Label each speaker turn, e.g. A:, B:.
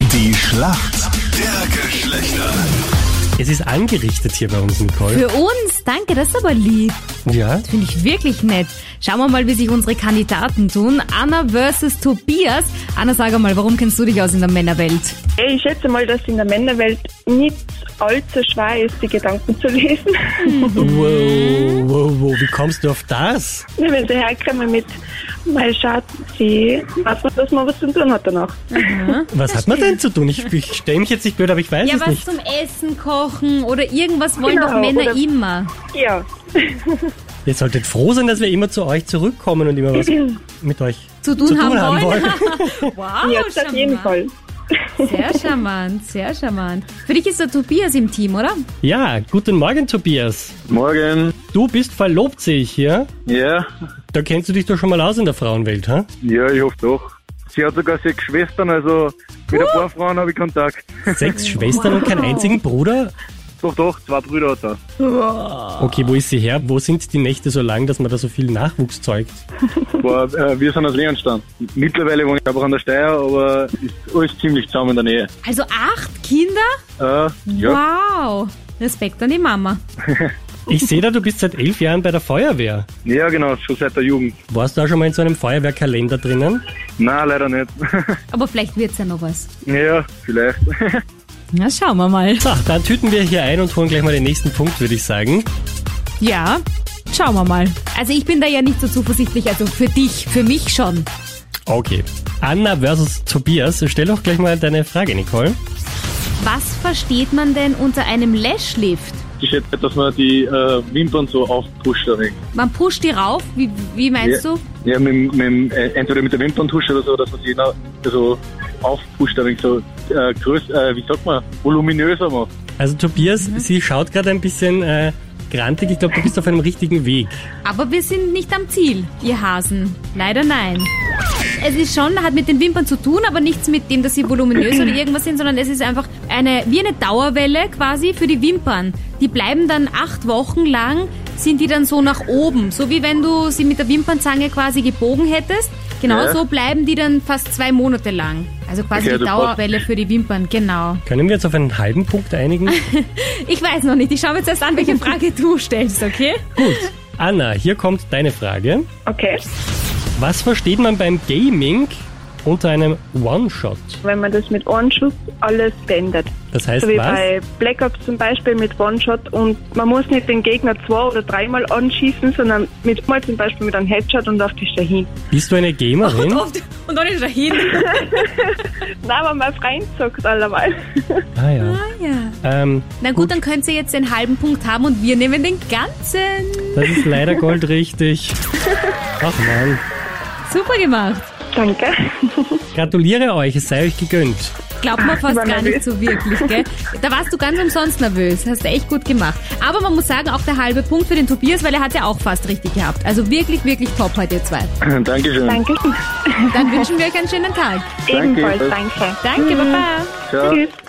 A: Die Schlacht der Geschlechter.
B: Es ist angerichtet hier bei uns, Nicole.
C: Für uns, danke, das ist aber lieb.
B: Ja.
C: Finde ich wirklich nett. Schauen wir mal, wie sich unsere Kandidaten tun. Anna versus Tobias. Anna, sag mal, warum kennst du dich aus in der Männerwelt?
D: Ich schätze mal, dass in der Männerwelt nicht allzu schwer ist, die Gedanken zu lesen.
B: Wow, wow, wow. Wie kommst du auf das?
D: Wenn sie herkommen mit, mal schaut sie, weiß man, dass man was zu tun hat danach.
B: Was hat man denn zu tun? Ich, ich stelle mich jetzt nicht blöd, aber ich weiß
C: Ja,
B: es
C: was
B: nicht.
C: zum Essen kochen oder irgendwas wollen
D: Genau,
C: doch Männer
D: oder-
C: immer.
D: Ja,
B: Ihr solltet froh sein, dass wir immer zu euch zurückkommen und immer was mit euch
C: Zu tun,
B: zu tun
C: haben,
B: haben
C: wollen.
B: wollen.
C: wow,
D: jetzt auf jeden
C: charmant.
D: Fall.
C: Sehr charmant, sehr charmant. Für dich ist der Tobias im Team, oder?
B: Ja, guten Morgen, Tobias.
E: Morgen.
B: Du bist verlobt, sehe ich hier.
E: Ja,
B: Da kennst du dich doch schon mal aus in der Frauenwelt, ha?
E: ja, ich hoffe doch. Sie hat sogar sechs Schwestern, also mit ein paar Frauen habe ich Kontakt.
B: Sechs Schwestern und keinen einzigen Bruder?
E: Doch, doch, zwei Brüder hat er.
B: Okay, wo ist sie her? Wo sind die Nächte so lang, dass man da so viel Nachwuchs zeugt?
E: Boah, äh, wir sind aus Leonstand. Mittlerweile wohne ich aber an der Steier, aber ist alles ziemlich zusammen in der Nähe.
C: Also acht Kinder?
E: Äh, ja,
C: Wow. Respekt an die Mama.
B: Ich sehe da, du bist seit elf Jahren bei der Feuerwehr.
E: ja, genau, schon seit der Jugend.
B: Warst du da schon mal in so einem Feuerwehrkalender drinnen?
E: Na, leider nicht.
C: Aber vielleicht wird's ja noch was.
E: ja, vielleicht.
C: Na, schauen wir mal.
B: So, dann tüten wir hier ein und holen gleich mal den nächsten Punkt, würde ich sagen.
C: Ja, schauen wir mal. Also ich bin da ja nicht so zuversichtlich, also für dich, für mich schon.
B: Okay. Anna versus Tobias, stell doch gleich mal deine Frage, Nicole.
C: Was versteht man denn unter einem Lashlift?
E: Ich schätze, dass man die äh, Wimpern so aufpusht. ein wenig.
C: Man pusht die rauf, wie, wie meinst
E: ja,
C: du?
E: Ja, mit, mit, äh, entweder mit der Wimperntusche oder so, dass man sie na- so aufpusht, ein wenig so äh, größ, äh, wie sagt man, voluminöser macht.
B: Also Tobias, sie schaut gerade ein bisschen äh, grantig. Ich glaube, du bist auf einem richtigen Weg.
C: Aber wir sind nicht am Ziel, ihr Hasen. Leider nein. Es ist schon, hat mit den Wimpern zu tun, aber nichts mit dem, dass sie voluminös oder irgendwas sind, sondern es ist einfach eine, wie eine Dauerwelle quasi für die Wimpern. Die bleiben dann acht Wochen lang, sind die dann so nach oben. So wie wenn du sie mit der Wimpernzange quasi gebogen hättest. Genau
E: Ja.
C: so bleiben die dann fast zwei Monate lang. Also quasi
E: Okay,
C: die
E: also
C: Dauerwelle für die Wimpern, genau.
B: Können wir uns auf einen halben Punkt einigen?
C: Ich weiß noch nicht, ich schaue mir jetzt erst an, welche Frage du stellst, okay?
B: Anna, hier kommt deine Frage.
D: Okay,
B: Was versteht man beim Gaming unter einem One-Shot?
D: wenn man das mit einem Schuss alles beendet.
B: Das heißt
D: so wie
B: was?
D: bei Black Ops zum Beispiel mit One-Shot und man muss nicht den Gegner zwei oder dreimal anschießen, sondern mit mal zum Beispiel mit einem Headshot und auf die Stahin.
B: Bist du eine
C: Oh
B: Gamerin?
C: und dann ist er hin.
D: Nein, aber mein Freund sagt allemal.
B: Ah ja.
C: Ja.
B: Ähm,
C: Na gut, dann könnt ihr jetzt den halben Punkt haben und wir nehmen den ganzen.
B: das ist leider goldrichtig. Ach man.
C: Super gemacht.
D: Danke.
B: Gratuliere euch, es sei euch gegönnt.
C: Glaubt man fast
D: war
C: gar nicht
D: nervös.
C: so wirklich, gell? Da warst du ganz umsonst nervös. Hast du echt gut gemacht. Aber man muss sagen, auch der halbe Punkt für den Tobias, weil er hat ja auch fast richtig gehabt. Also wirklich, wirklich top heute ihr zwei.
E: Dankeschön.
D: Danke.
C: Dann wünschen wir euch einen schönen Tag.
D: Ebenfalls
E: Danke.
D: danke.
C: Danke, Baba.
E: Ciao.
D: Tschüss.